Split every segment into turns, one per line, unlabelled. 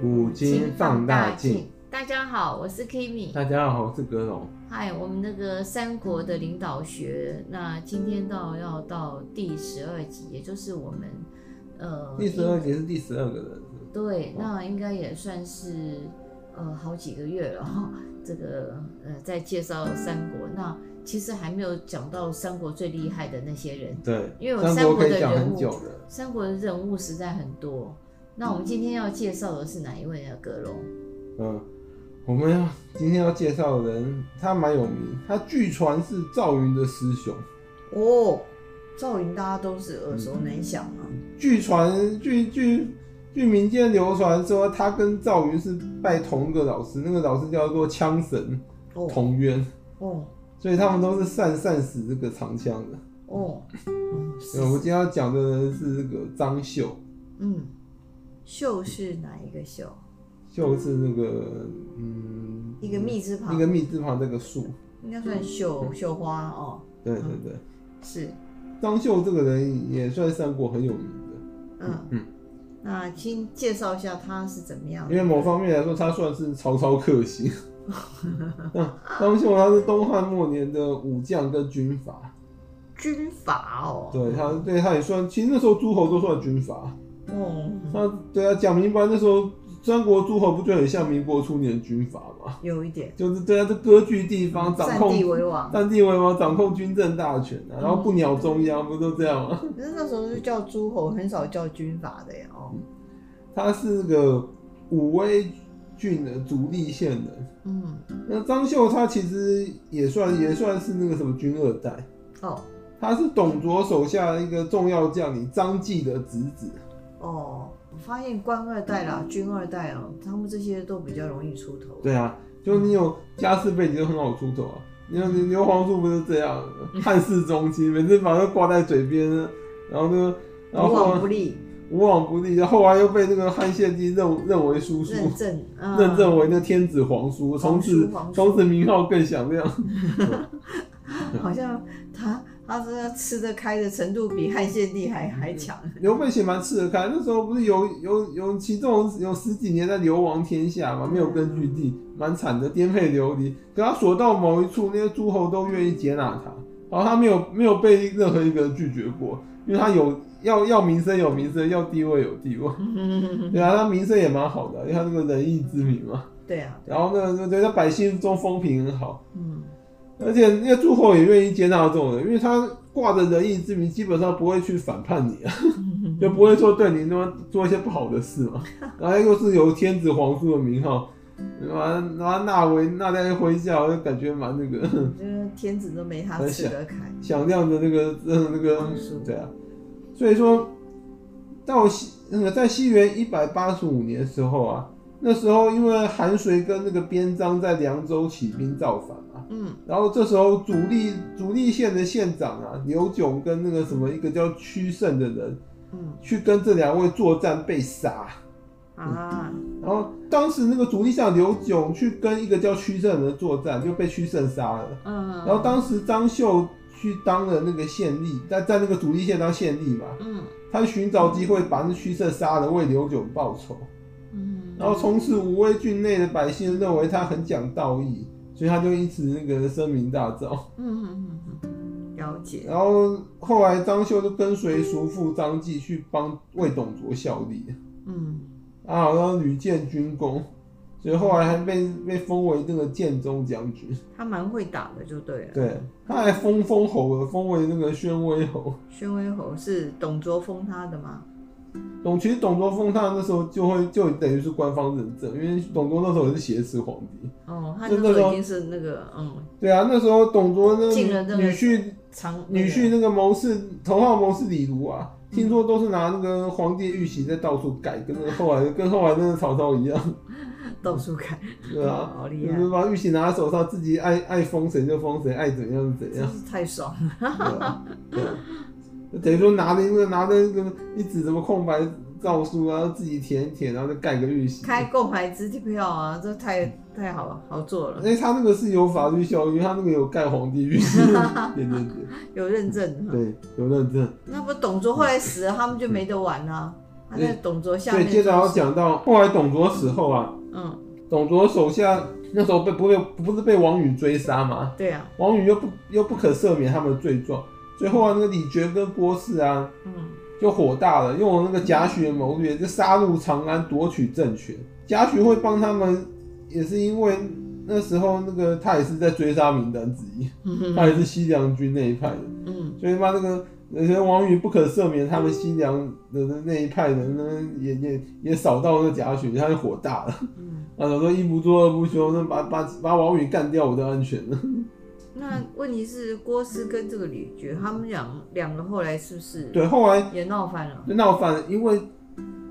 古今放大镜。。
大家好，我是 Kimi。
大家好，我是格龙。
嗨，我们那个三国的领导学，那今天到要到第十二集，也就是我们呃
第十二集是第十二个人是不是，
对，那应该也算是呃好几个月了哈。这个呃，在介绍三国，那其实还没有讲到三国最厉害的那些人，
对，
因为我
三
三
国可
国的
以讲
人物
很久了。
三国的人物实在很多。那我们今天要介绍的是哪一位呢？葛龙，
嗯，我们要今天要介绍的人，他蛮有名，他据传是赵云的师兄。
哦，赵云大家都是耳熟能详啊。
据传，据据据民间流传说，他跟赵云是拜同一个老师，那个老师叫做枪神
哦
同渊，
哦
所以他们都是善善使这个长枪 的。
哦，是
对我们今天要讲的人是这个张绣，
嗯，
秀是哪一个秀？
绣是那个嗯
一个密字旁
一个嗯密字旁这个树，
应该算绣绣花哦。
对对对。
是，
张绣这个人也算三国很有名的，
嗯
嗯
嗯。那先介绍一下他是怎么样的
因为某方面来说，他算是曹操克 星。那张绣他是东汉末年的武将跟军阀，
军阀哦。
对他对他也算，其实那时候诸侯都算军阀。
哦，
他对啊，讲明白那时候三国诸侯不就很像民国初年军阀嘛？
有一点
就是对啊，这割据地方，掌
占
控
嗯地为王，
占地为王，掌控军政大权啊，然后不鸟中央，不都这样吗？
可是那时候是叫诸侯，很少叫军阀的呀。哦，
他是个武威郡的足利县人。
嗯，
那张绣他其实也算也算是那个什么军二代，
哦
他是董卓手下的一个重要将领张继的侄子。
哦，我发现官二代啦、军二代哦，他们这些都比较容易出头。
嗯对啊，就你有家世背景就很好出头啊。你看刘刘皇叔不是这样，汉室宗亲，每次把它挂在嘴边，然后呢，然后
无
后
往
来
不利，
无往不利，然后后来又被那个汉献帝认认为叔叔。
认证，嗯
认证为那天子皇叔，从
皇叔
此
皇叔
从此名号更响亮。
好像他他这个吃得开的程度比汉献帝还还 强。
刘备其实蛮吃得开，那时候不是有有有其中有十几年在流亡天下嘛，没有根据地，蛮惨的，颠沛流离。可他所到某一处，那些诸侯都愿意接纳他，然后他没有没有被任何一个人拒绝过，因为他有要要名声有名声，要地位有地位。对啊，他名声也蛮好的，因为他那个仁义之名嘛。
对啊，
然后呢，对他百姓中风评很好，
嗯，
而且那个诸侯也愿意接纳这种人，因为他挂着仁义之名，基本上不会去反叛你 啊，就不会说对你那么做一些不好的事 嘛。然后又是由天子皇叔的名号，把他把他纳为纳在麾下，我就感觉蛮那个
这个天子都没他吃得开。
响亮的那个嗯那个
皇叔
对啊。所以说到西那个在西元一百八十五年的时候啊，那时候因为韩遂跟那个边章在凉州起兵造反啊嘛。
嗯，
然后这时候主力主力县的县长啊，刘炯跟那个什么一个叫屈胜的人，
嗯
去跟这两位作战被杀。嗯
啊，
然后当时那个主力上刘炯去跟一个叫屈胜的人作战，就被屈胜杀了。
嗯，
然后当时张绣去当了那个县吏，在在那个主力县当县吏嘛，
嗯
他寻找机会把那屈胜杀了，为刘炯报仇。
嗯，
然后从此武威郡内的百姓认为他很讲道义，所以他就因此那个声名大噪。
嗯嗯嗯嗯，了解。
然后后来张绣就跟随叔父张继去帮为董卓啊效力，
嗯，
他好像屡建军功，所以后来还被被封为那个建中将军。
他蛮会打的，就对了。，
对，他还封封侯了，封为那个宣威侯。
宣威侯是董卓封他的嘛？
董其实董卓封他那时候就会就等于是官方认证，因为董卓那时候也是挟持皇帝。
哦，他
就
那
那
时
时
候
候
已经是那个嗯，
对啊，那时候董卓那个
进了那
女
个
女婿
长
女婿那个谋士头号谋士李儒啊，
嗯
听说都是拿那个皇帝的玉玺在到处盖，跟那个后来跟后来那个曹操一样，
那个到处看，
对啊，
好厉
就
害，
是把玉玺拿在手上，自己爱爱封谁就封谁，爱怎样就怎
真
样，
是太爽了。
对啊，对啊，就等于说拿着一个拿着一个一纸什么空白诏书啊，然后自己填一填，然后再盖个玉玺。
开购买支票啊，这太太好好做了，
哎，他那个是有法律效应，他那个有盖皇帝玉 玺，对对对，
有认证。
对有认证。
那不董卓后来死了，他们就没得玩啦、啊他在董卓下
嗯对，
面。
接着要，讲到后来董卓死后啊，
嗯，
董卓手下那时候被不被不是被王允追杀吗？
对啊，
王允又不又不可赦免他们的罪状，最后啊，那个李傕跟郭汜啊
嗯，
就火大了，用了那个贾诩的谋略，就杀入长安夺取政权。贾诩会帮他们，也是因为那时候那个他也是在追杀名单之一，他也是西凉军那一派的。
嗯，
所以他妈那个那些王允不可赦免，他们西凉的那一派人呢，也也也扫到那贾诩，他就火大了。
嗯，
啊，想说一不做二不休，那把把把王允干掉，我就安全了。
那问题是郭汜跟这个李傕，他们两两个后来是不是
对，后来
也闹翻了？
就闹翻了，因为因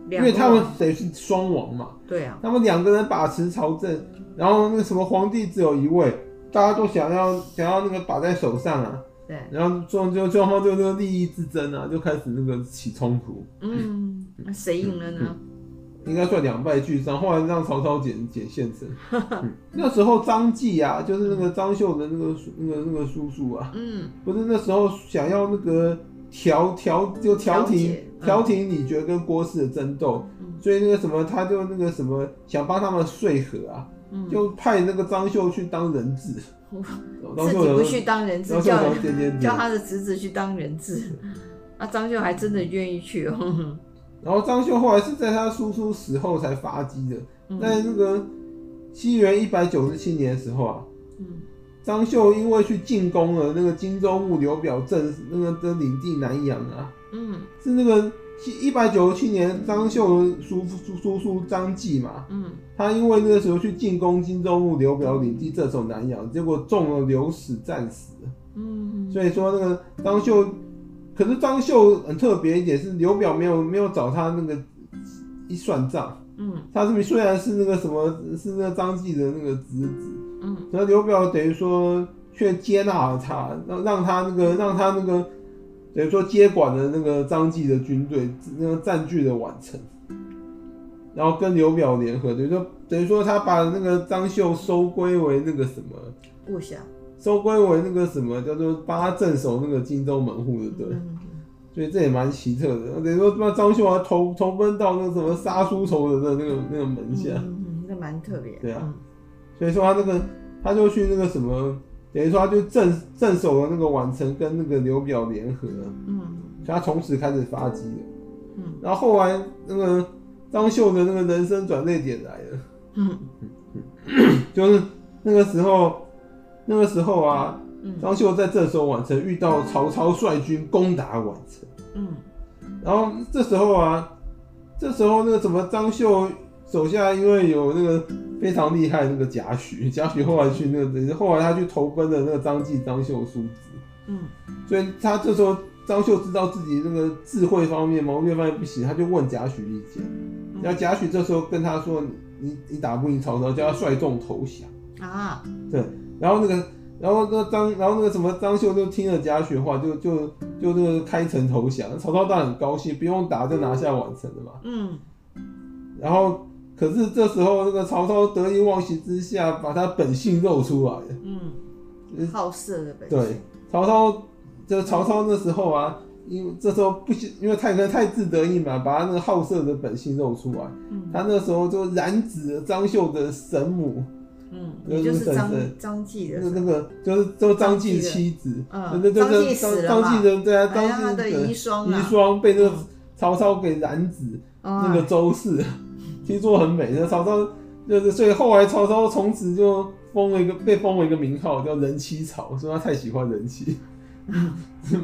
两个
为他们得是双亡嘛，
对啊，
他们两个人把持朝政，然后那个什么皇帝只有一位，大家都想要想要那个把在手上啊，
对，
然后双就双方就那个利益之争啊，就开始那个起冲突。
嗯，那谁赢了呢？
应该算两败俱伤，后来让曹操捡捡现 成、嗯那时候张继啊，就是那个张绣的那个叔那个那个叔叔啊，
嗯，
不是那时候想要那个调调就调停调
调解
停
嗯
李傕跟郭汜的争斗，
嗯
所以那个什么他就那个什么想帮他们说和啊，
嗯，
就派那个张绣去当人质， 张
自
绣
哦己不
人
去当人质
张，绣
叫
人点点
叫
点，
他的侄子去当人质。啊，张秀还真的愿意 去哦。
然后张绣后来是在他叔叔死后才发迹的，
嗯
在那个西元一百九十七年的时候啊。
嗯
张绣因为去进攻了那个荆州牧刘表镇那个的领地南阳啊，
嗯
是那个一百九十七年张绣的叔叔叔叔张继嘛，
嗯
他因为那个时候去进攻荆州牧刘表领地镇守南阳，结果中了流矢战死了。
嗯，
所以说那个张绣，可是张绣很特别一点是刘表没有没有找他那个一算账，
嗯
他是虽然是那个什么是那个张继的那个侄子。
嗯
然后刘表等于说却接纳了他，让让他那个让他那个等于说接管了那个张继的军队，那个占据了宛城，然后跟刘表联合，等于说等于说他把那个张绣收归为那个什么，
部下。
收归为那个什么叫做帮他镇守那个荆州门户的，对了，
嗯
所以这也蛮奇特的。等于说他妈张绣还投投奔到那个什么杀出仇人的那个那个门下。
嗯，那蛮特别。
对啊所以说他那个他就去那个什么，等于说他就镇镇守了那个宛城跟那个刘表联合，啊所
嗯。
以他从此开始发迹了。
嗯
然后后来那个张绣的那个人生转捩点来了，
嗯
就是那个时候，那个时候啊，
嗯
张绣在镇守宛城遇到曹操率军攻打宛城，
嗯
然后这时候啊，这时候那个什么张绣手下因为有那个非常厉害的那个贾诩， 贾诩后来去那个，后来他去投奔了那个张继、张绣叔侄，
嗯
所以他这时候张绣知道自己那个智慧方面、谋略方面不行，他就问贾诩意见。然后贾诩这时候跟他说：“你你打不赢曹操，叫他率众投降。
啊，”
然后那个。然后那个张，然后那个什么张绣就听了贾诩话，就就就那个开城投降。曹操当然很高兴，不用打就拿下宛城了嘛。
嗯
然后，可是这时候那个曹操得意忘形之下，把他本性露出来了。
嗯，
嗯
好色的本
对
性。，
曹操，这曹操那时候啊，因为这时候不行，因为太可能太自得意嘛，把他那个好色的本性露出来。
嗯
他那时候就染指了张绣的神母，
嗯，也就是张张继
那
的。
那个就是就张继妻子，
嗯
对对
张继
对，
死
张
了嘛
张继的对啊，
还有哎他
张继
的
的
遗
遗
孀啊，
孀被那个
嗯哎
曹操给染指，那
那
个周氏， 听说很美。那曹操就是，所以后来曹操从此就封了一个被封了一个名号叫人妻曹，说他太喜欢人妻，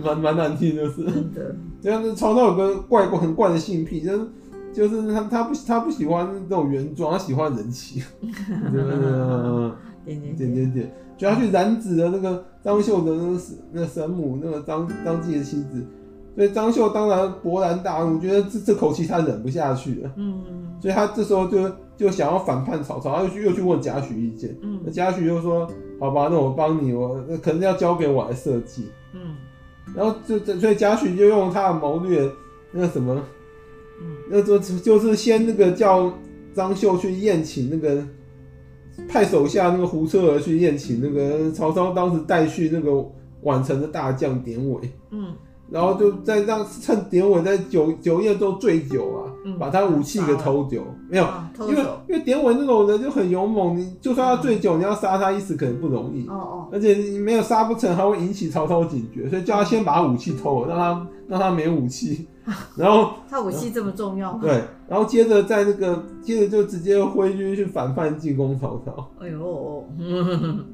蛮蛮难听就是。
真的，
这样子，曹操有个怪怪很怪的性癖，就是就是他他不他不喜欢那种原装，他喜欢人妻。 嗯
点点
点
点，
点点，就他去染指了那个张绣的那个神那个神母，那个张张继的妻子。所以张绣当然勃然大怒，觉得这这口气他忍不下去了。
嗯
所以他这时候就就想要反叛曹操，他又去又去问贾诩意见，那
嗯
贾诩就说：“好吧，那我帮你，我那可能要交给我来设计。
嗯”
然后就就所以贾诩就用他的谋略，那个什么，
嗯
那就就是先那个叫张绣去宴请那个，派手下那个胡车儿去宴请那个曹操当时带去那个宛城的大将典韦，
嗯
然后就再让趁典韦在酒酒宴中醉酒啊，
嗯
把他武器给偷走，没有。
啊偷
因为
走。
因为典韦那种人就很勇猛，你就算他醉酒，你要杀他一次可能不容易，
哦哦，
而且你没有杀不成，还会引起曹操警觉，所以叫他先把武器偷了，让他让他没武器，然后
他武器这么重要吗？
对，然后接着在那个接着就直接挥军去反叛进攻曹操，
哎呦哦，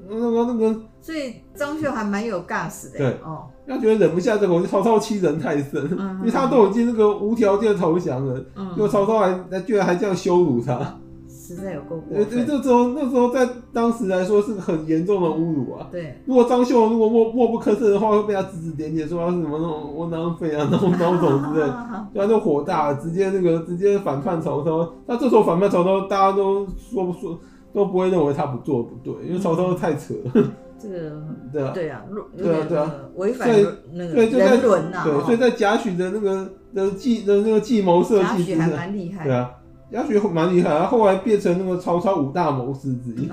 那个那个
所以张绣还蛮有 gas 的。
对
哦，
他觉得忍不下这口气，曹操欺人太甚，
嗯
因为他都已经那个无条件投降了，结果
嗯，
曹操还还居然还这样羞辱他，
实在有够过
呃，这
分。
这时候那时候在当时来说是个很严重的侮辱啊。
对，
如果张绣如果默默不吭声的话，会被他指指点点，说他是什么那种窝囊废啊、孬孬种之类的。
的。
对啊，就火大了，直接那个直接反叛曹操。那这时候反叛曹操，大家都说不说都不会认为他不做不对，因为曹操太扯了，
这个
对啊。
对啊，入有
对啊
点
对啊
呃违反
所以
那个
对，就在
人伦呐。
对，
哦
所以在贾诩的那个的计的那个计谋设
贾
计之
诩还
下，
蛮厉害
对
的。
啊，贾诩蛮厉害，他后来变成那个曹操五大谋士之一，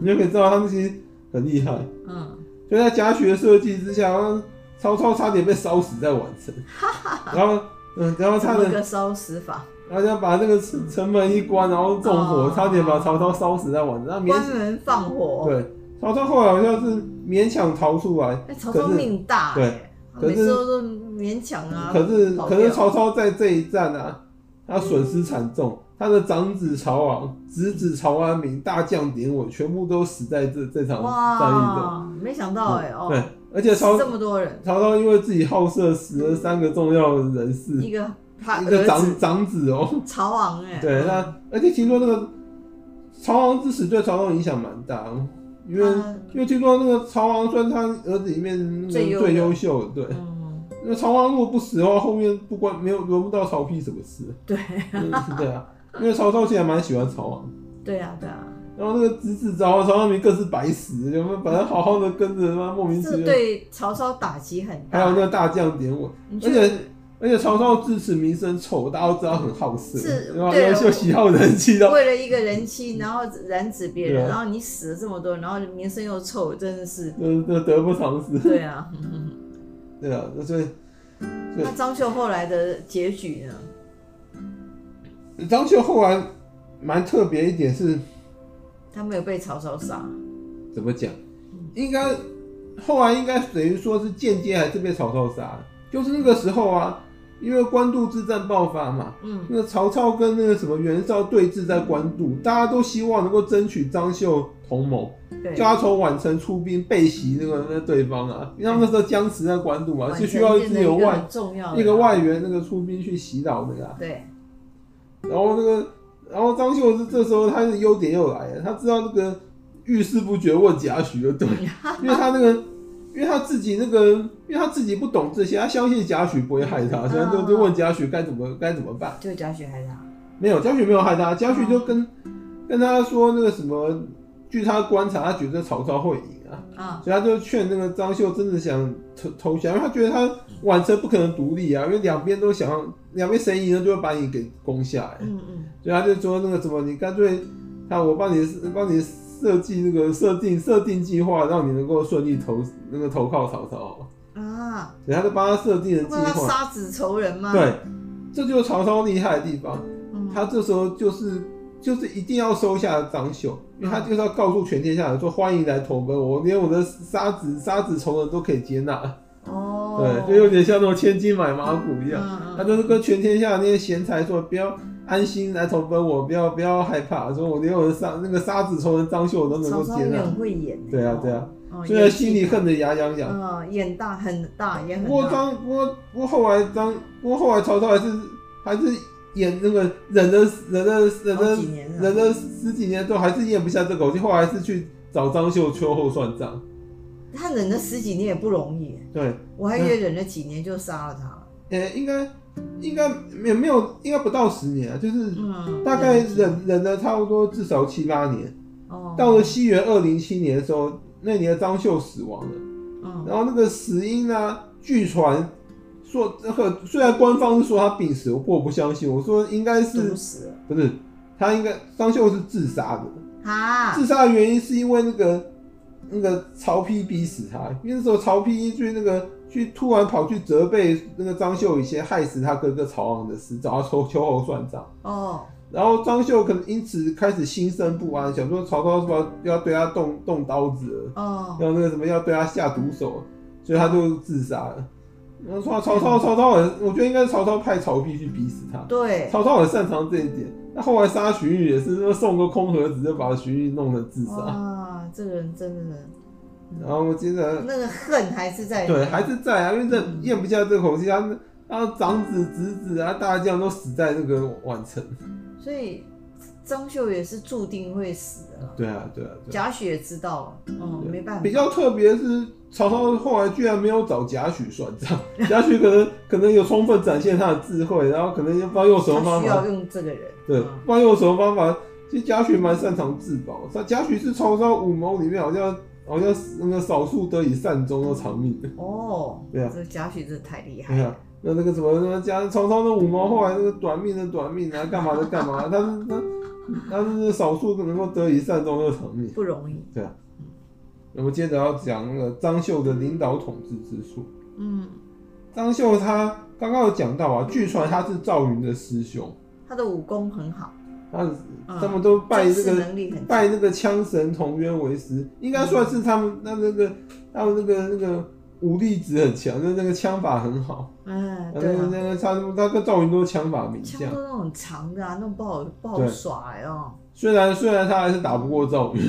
你就可以知道他们其实很厉害。
嗯，
所以在贾诩的设计之下，曹操差点被烧死在宛 城，然后嗯，然后
怎
他
么
的
个烧死法？
然后就把那个城城门一关，然后纵火，
哦
差点把曹操烧死在宛城。那勉
关门放火。
对曹操后来好像是勉强逃出来，
哎，曹操命大
对
哎，
可
每次
是
都是勉强啊。
可是
跑
可
掉
是曹操在这一战啊，他损失惨重，他的长子曹昂、侄子曹安民、大将典韦全部都死在这这场战役中。
哇，没想到哎哦，
对，而且曹
这么多人，
曹操因为自己好色，死了三个重要的人士，
一个 他
一
儿
个
子
长长子哦。
曹昂 哎，
对，那而且听说那个曹昂之死对曹操影响蛮大，因为、
他
因为听说那个曹昂算他儿子里面那
最
个
优的
最优秀的，对。
嗯，
因为曹昂如果不死的话，后面不关没有轮不到曹丕什么事。
对
嗯对啊，因为曹操其实还蛮喜欢曹昂，
对啊 对啊，
然后那个侄子曹曹昂明更是白死，有没有？反正好好的跟着他莫名其
这
妙。
对曹操打击很
还有那
大。
个大将典韦，
你
而
觉
且
得
而且曹操自此名声臭，大家都知道他很好色，
是
然后
对
优秀喜好人气到
为了一个人妻，然后染指别
对啊，
人，然后你死了这么多，然后名声又臭，真的是
呃，这得不偿失。
对啊。嗯
对啊，所以对
那张绣后来的结局呢？
张绣后来蛮特别一点是
他没有被曹操杀，
怎么讲？应该后来应该等于说是间接还是被曹操杀的，就是那个时候啊，因为官渡之战爆发嘛，
嗯，
那个曹操跟那个什么袁绍对峙在官渡，大家都希望能够争取张绣同盟，
对，
叫他从宛城出兵背袭那个那对方啊，因为他们那时候僵持在官渡嘛，
宛
是
城
需要一
变
支
成一
有
个
外
很重要的啊
一个外援那个出兵去洗脑那个、啊。
对，
然后那个，然后张绣是这时候他的优点又来了，他知道那个遇事不决问贾诩就对，因为他那个，因为他自己那个，因为他自己不懂这些，他相信贾诩不会害他，所以就就问贾诩该怎么该怎么办。
就贾诩还是他，
没有，贾诩没有害他，贾诩就跟跟他说那个什么，据他观察，他觉得曹操会赢啊。
啊，
所以他就劝那个张绣真的想投投降，因为他觉得他宛城不可能独立啊，因为两边都想要，两边谁赢了就会把你给攻下来。
嗯嗯，
所以他就说那个什么，你干脆，他我帮你帮你设计那个设定设定计划，让你能够顺利投那个投靠曹操。
啊，
所以他就帮他设定了
不
计
是他
划。
杀子仇人吗？
对，这就是曹操厉害的地方。
嗯，
他这时候就是就是一定要收下张绣，因为他就是要告诉全天下人说，欢迎来投奔我，连我的杀子杀子仇人都可以接纳。
哦，
对，就有点像那种千金买马骨一样。
嗯
他
嗯，
就是跟全天下那些贤才说，不要安心来投奔我，不要不要害怕，说我连我的杀那个杀子仇人张绣都能
曹
够
操
接
也
纳
很，会演欸，
对啊对啊
哦，
虽然心里恨得牙痒痒。
嗯，眼大很大，也很
不过
大，
张不过不过后来张不过后来曹操还是还是演那个忍了忍了忍
好
了
几年
忍
了，
了十几年之后还是咽不下这口气，后来是去找张绣秋后算账。
他忍了十几年也不容易欸，
对，
我还以为忍了几年就杀了他，
呃、应该应该没有没有应该不到十年啊，就是
嗯，
大概
了解
忍忍了差不多至少七八年。
哦，
到了西元二零七年的时候，那年的张绣死亡了，
嗯
然后那个死因呢、据传说那个虽然官方是说他病死，我不我不相信，我说应该是
毒死了
不是他应该张绣是自杀的，
啊，
自杀的原因是因为那个那个曹丕逼死他，因为那时候曹丕去那个去突然跑去责备那个张绣一些害死他哥哥曹昂的事，找他求秋后算账。
哦，
然后张绣可能因此开始心生不安，想说曹操是不是要要对他动动刀子了，
哦，
要那个什么要对他下毒手，所以他就自杀了。然后说曹操，曹操很，我觉得应该是曹操派曹丕去逼死他。
对，
曹操很擅长这一点。那后来杀荀彧也是送个空盒子就把荀彧弄成自
哦
杀，
哇，这个人真的
然后接着
那个恨还是在，
对，还是在啊，因为这
嗯
咽不下这口气，他们他长子、侄子啊，大将都死在那个宛城。
所以张秀也是注定会死的。
对啊，对啊，对啊。
贾诩也知道了，嗯，没办法，
比较特别是曹操后来居然没有找贾诩算账，贾诩可能可能有充分展现他的智慧，然后可能又不知道用什么
他
方
需要
法，
用这个人，
对，
嗯
不知道用什么方法。其实贾诩蛮擅长自保，他贾诩是曹操五谋里面好像好像是那个少数得以善终又偿命的。
哦，
对啊
这贾诩真的太厉害
对啊
了，，
那那个什么，那加上曹操的五毛，后来那个短命的短命啊，干嘛的干嘛，他是他他是少数能够得以善终的场面。
不容易，
对啊，那么接着要讲那个张绣的领导统治之术。
嗯，
张绣他刚刚有讲到啊，据传他是赵云的师兄，
他的武功很好，
他
嗯
他们都拜
军
这
事
个
能力很强，
拜那个枪神同渊为师，应该算是他们那那个他们那个那个武力值很强，就是那个枪法很好。
嗯，
那
对
个
啊，
那个他他跟赵云都是枪法名将
枪，都那种长的啊，弄不好不好
对
耍呀、哦，
虽然虽然他还是打不过赵 云，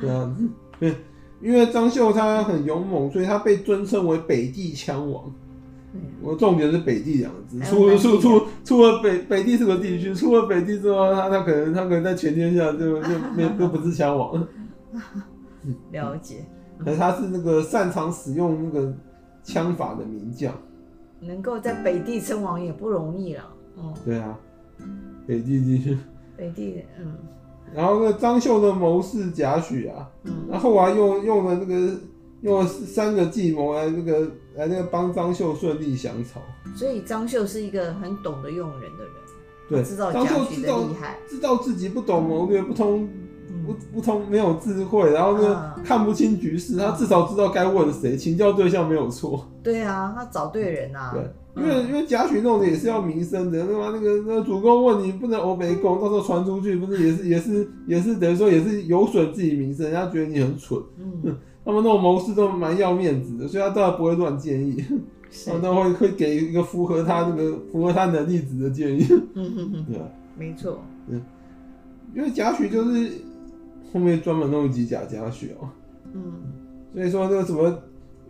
对啊，对，因为张绣他很勇猛，所以他被尊称为北地枪王。
嗯
我重点是北地两个字，
还有
除
南
除
哎地嗯
除除了北北地是个地区，除了北地之后，他他可能他可能在全天下就就 没都不是枪王，
了解，
可是他是那个擅长使用那个枪法的名将。
能够在北地称王也不容易了，哦，
对啊，北地地区。
北地，嗯
然后那个张绣的谋士贾诩啊，
嗯，
然后啊，用用了那个用了三个计谋来那个来那个帮张绣顺利降曹。
所以张秀是一个很懂得用人的人，
对，
他哦知道
张
贾
绣
诩
知
的
道
厉害，
知道自己不懂谋略，不通不
嗯，
不通没有智慧，然后呢、
嗯
看不清局势，他至少知道该问谁，请教对象没有错。
对啊，他找对人啊，
对，因为、因
嗯
为贾诩弄的也是要民生的，那么那个那个主公问你不能欧北公，到时候传出去不是也是也是也是等于说也是有损自己名声，人家觉得你很蠢。
嗯，
他们那种谋士都蛮要面子的，所以他当然不会乱建议。
是，
他们
嗯
都会会给一个符合他那个符合他能力值的建议。
哼哼，
对啊，
嗯没错，
因为贾诩就是后面专门弄一集贾贾诩哦，
嗯
所以说那个什么，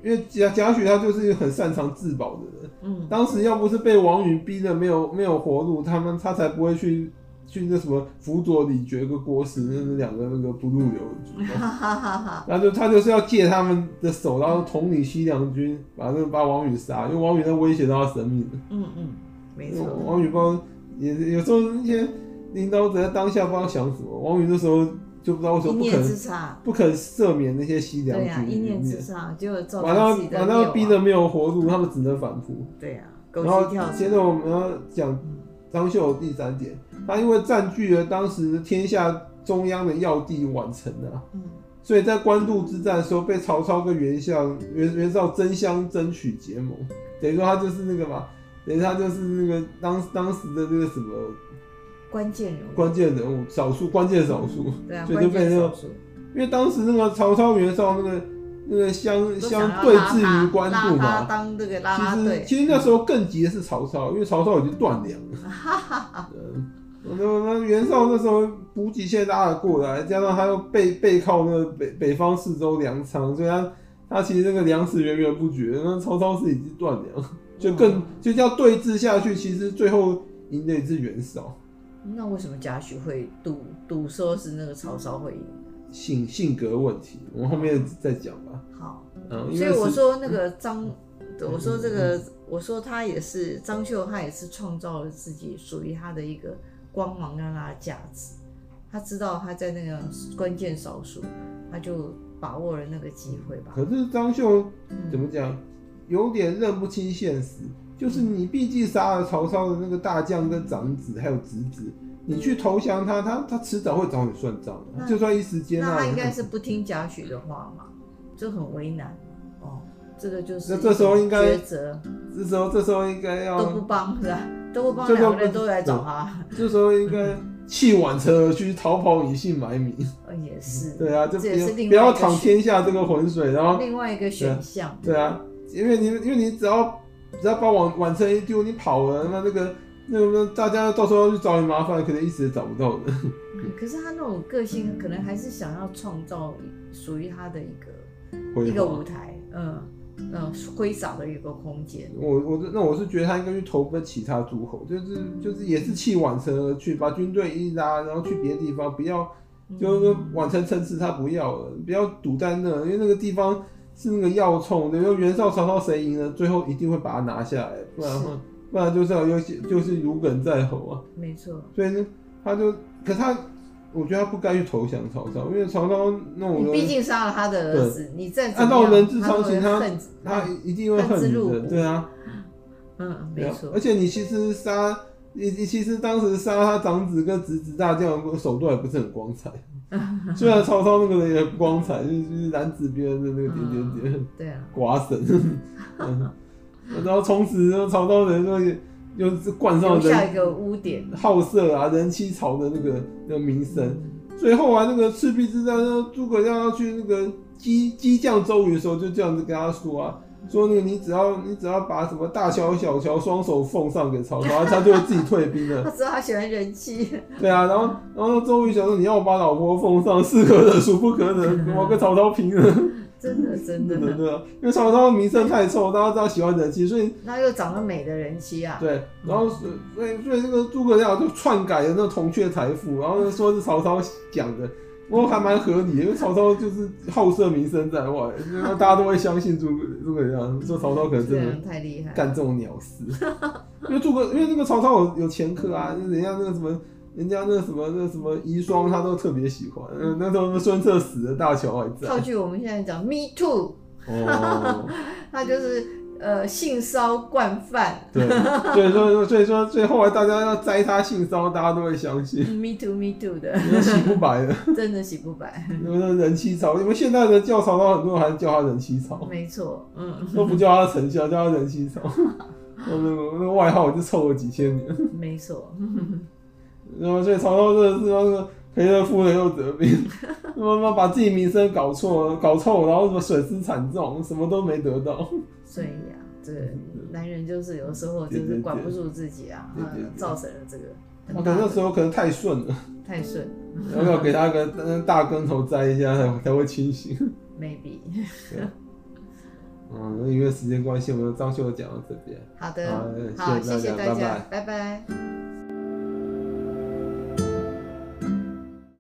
因为贾贾诩他就是一个很擅长自保的人。
嗯，
当时要不是被王允逼的没有没有活路，他们他才不会去去那什么辅佐李傕跟郭汜那两个那个不入流的主公。
哈哈哈哈，
然后就他就是要借他们的手，然后统领西凉军，把那个把王允杀，因为王允在威胁到他生命了。
嗯嗯，没错，
王宇帮也是有时候那些领导者在当下不知道想什么，王宇那时候就不知道为什
一
么不
念之
肯
差，
不肯赦免那些西凉
对啊，
军
一
的
念
军
之
人，
差就造
把
成
他
自己的
把
灭
他
亡
逼得没有活路，他们只能反扑。
对啊，狗
然
急
后
跳
接
墙，
着我们要讲张绣的第三点，他因为占据了当时天下中央的要地宛城啊，
嗯，
所以在官渡之战的时候被曹操跟袁绍袁袁绍争相争取结盟，等于说他就是那个嘛，等于他就是那个当当时的那个什么。
关键人物，
关键人物，少数关键少数，
对啊，
所以
关
就被
键
那
少
个，
数，
因为当时那个曹操、袁绍那个那个相
都
相
想要
对
拉
峙
他
于官
拉
渡
他
嘛。
当这个拉拉
其实
队，
其实那时候更急的是曹操，因为曹操已经断粮了。
哈哈哈，
嗯，那那袁绍那时候补给线拉了过来，加上他又背背靠那个北北方四周粮仓，所以他他其实那个粮食源源不绝。那曹操是已经断粮，
嗯
就更就这样对峙下去，其实最后赢的也是袁绍，
嗯那为什么贾诩会赌赌说是那个曹操会赢？
性性格问题，我们后面再讲吧。
好，
嗯，因
所
为
以我
是
说那个张，我说这个，我说他也是张绣，他也是创造了自己属于他的一个光芒让他的价值。他知道他在那个关键少数，他就把握了那个机会吧。
可是张绣
嗯
怎么讲，有点认不清现实，就是你毕竟杀了曹操的那个大将跟长子还有侄子，你去投降他，他他迟早会找你算账的，
那
就算一时间
嗯那
啊
他应该是不听贾诩的话嘛，就很为难哦。这个就是
那这时候应该
抉择
这时候这时候应该
都不
要，
帮是吧？ 都不帮，
嗯这个嗯
两个人都来找他，
这时候应该弃挽车而去，逃跑以性埋名。
呃也是
对啊，就不
这也
要
是另
不
外
要
一个
淌
选
天下这个浑水，然后
另外一个选项。
对啊，因为你因为你只要只要把碗碗车一丢，你跑了，那那个那个大家到时候要去找你麻烦，可能一时也找不到的。
嗯可是他那种个
嗯
性，可能还是想要创造属于他的一个
回
一个
话
舞台，嗯嗯，挥洒的一个空间。
我我是那我是觉得他应该去投奔其他诸侯，就是就是也是弃宛城而去，把军队一拉，然后去别的地方，不要
嗯
就是说宛城城池他不要了，不要堵在那，因为那个地方是那个要冲的，因为袁绍、曹操谁赢了，最后一定会把它拿下来，不然的话
是
不然就是要有些就是如鲠在喉啊。
没错，
所以呢，他就，可他，我觉得他不该去投降曹操，因为曹操那种
你毕
人，
竟杀了他的儿子，你再怎
按
么
照
样，
人之常情
他
他
都会恨之
他一定会恨
恨之
你
入
的，
骨
对啊，
嗯，
对
没
啊
错
而，且你其实杀，你你其实当时杀他长子跟侄子大将，手段也不是很光 彩。虽然曹操那个人也不光彩，就是就是染指别人的那个点点点，
对啊，
寡神。 嗯然后从此，曹操人就又是冠上
留下
人
一个污点。
好色啊、人妻潮的那个那个名声。最后啊，那个赤壁之战，那诸葛亮要去那个激激将周瑜的时候，就这样子跟他说啊，说那个你只要你只要把什么大乔、小乔双手奉上给曹操，他就会自己退兵了。
他知道他喜欢人妻，
对啊，然后然后周瑜想说，你要我把老婆奉上，是可忍孰不可忍，我跟曹操拼了，
真的真
对 对
的，
对啊，因为曹操的名声太臭，大家知道喜欢人妻，所以
那又长得美的人妻啊，
对，然后所以所以所以那个诸葛亮就篡改了那个铜雀财富，然后说是曹操讲的，不过还蛮合理的，因为曹操就是好色名声在外，然后大家都会相信诸葛诸葛亮，说曹操可能
这个
真的
人太厉害了。
干这种鸟事，因为诸葛因为那个曹操有有前科啊，就是人家那个什么。人家那什么那什么遗孀，他都特别喜欢。嗯，那时候孙策死了，大乔还在
套。句我们现在讲 Me Too，
哦，
他就是呃性骚惯犯
对，所以说所以说所以后来大家要摘他性骚，大家都会相信。
，Me Too Me Too 的，
那洗不白的，
真的洗不白，
你们人妻潮，你们现在人叫曹操，很多人还是叫他人妻潮，
没错，嗯，
都不叫他丞相，叫他人妻潮。那个那个外号我就凑了几千年，
没错，
然后所以曹操真的是那个赔了夫人又折 兵，他妈把自己名声搞错了，搞臭，然后什么损失惨重，什么都没得到。
所以啊，这个男人就是有时候就是管不住自己啊，
对对对
呃造成了这个
我
很
可
大
能那
的
时候可能太顺了，
太顺
然后要给他个大跟头栽一下才才会清醒。哦
，maybe，
对啊嗯，那因为时间关系，我们的章秀讲到这边。
好
好
的，
谢
好，
谢
谢谢
大
大
家
家，拜拜。
拜拜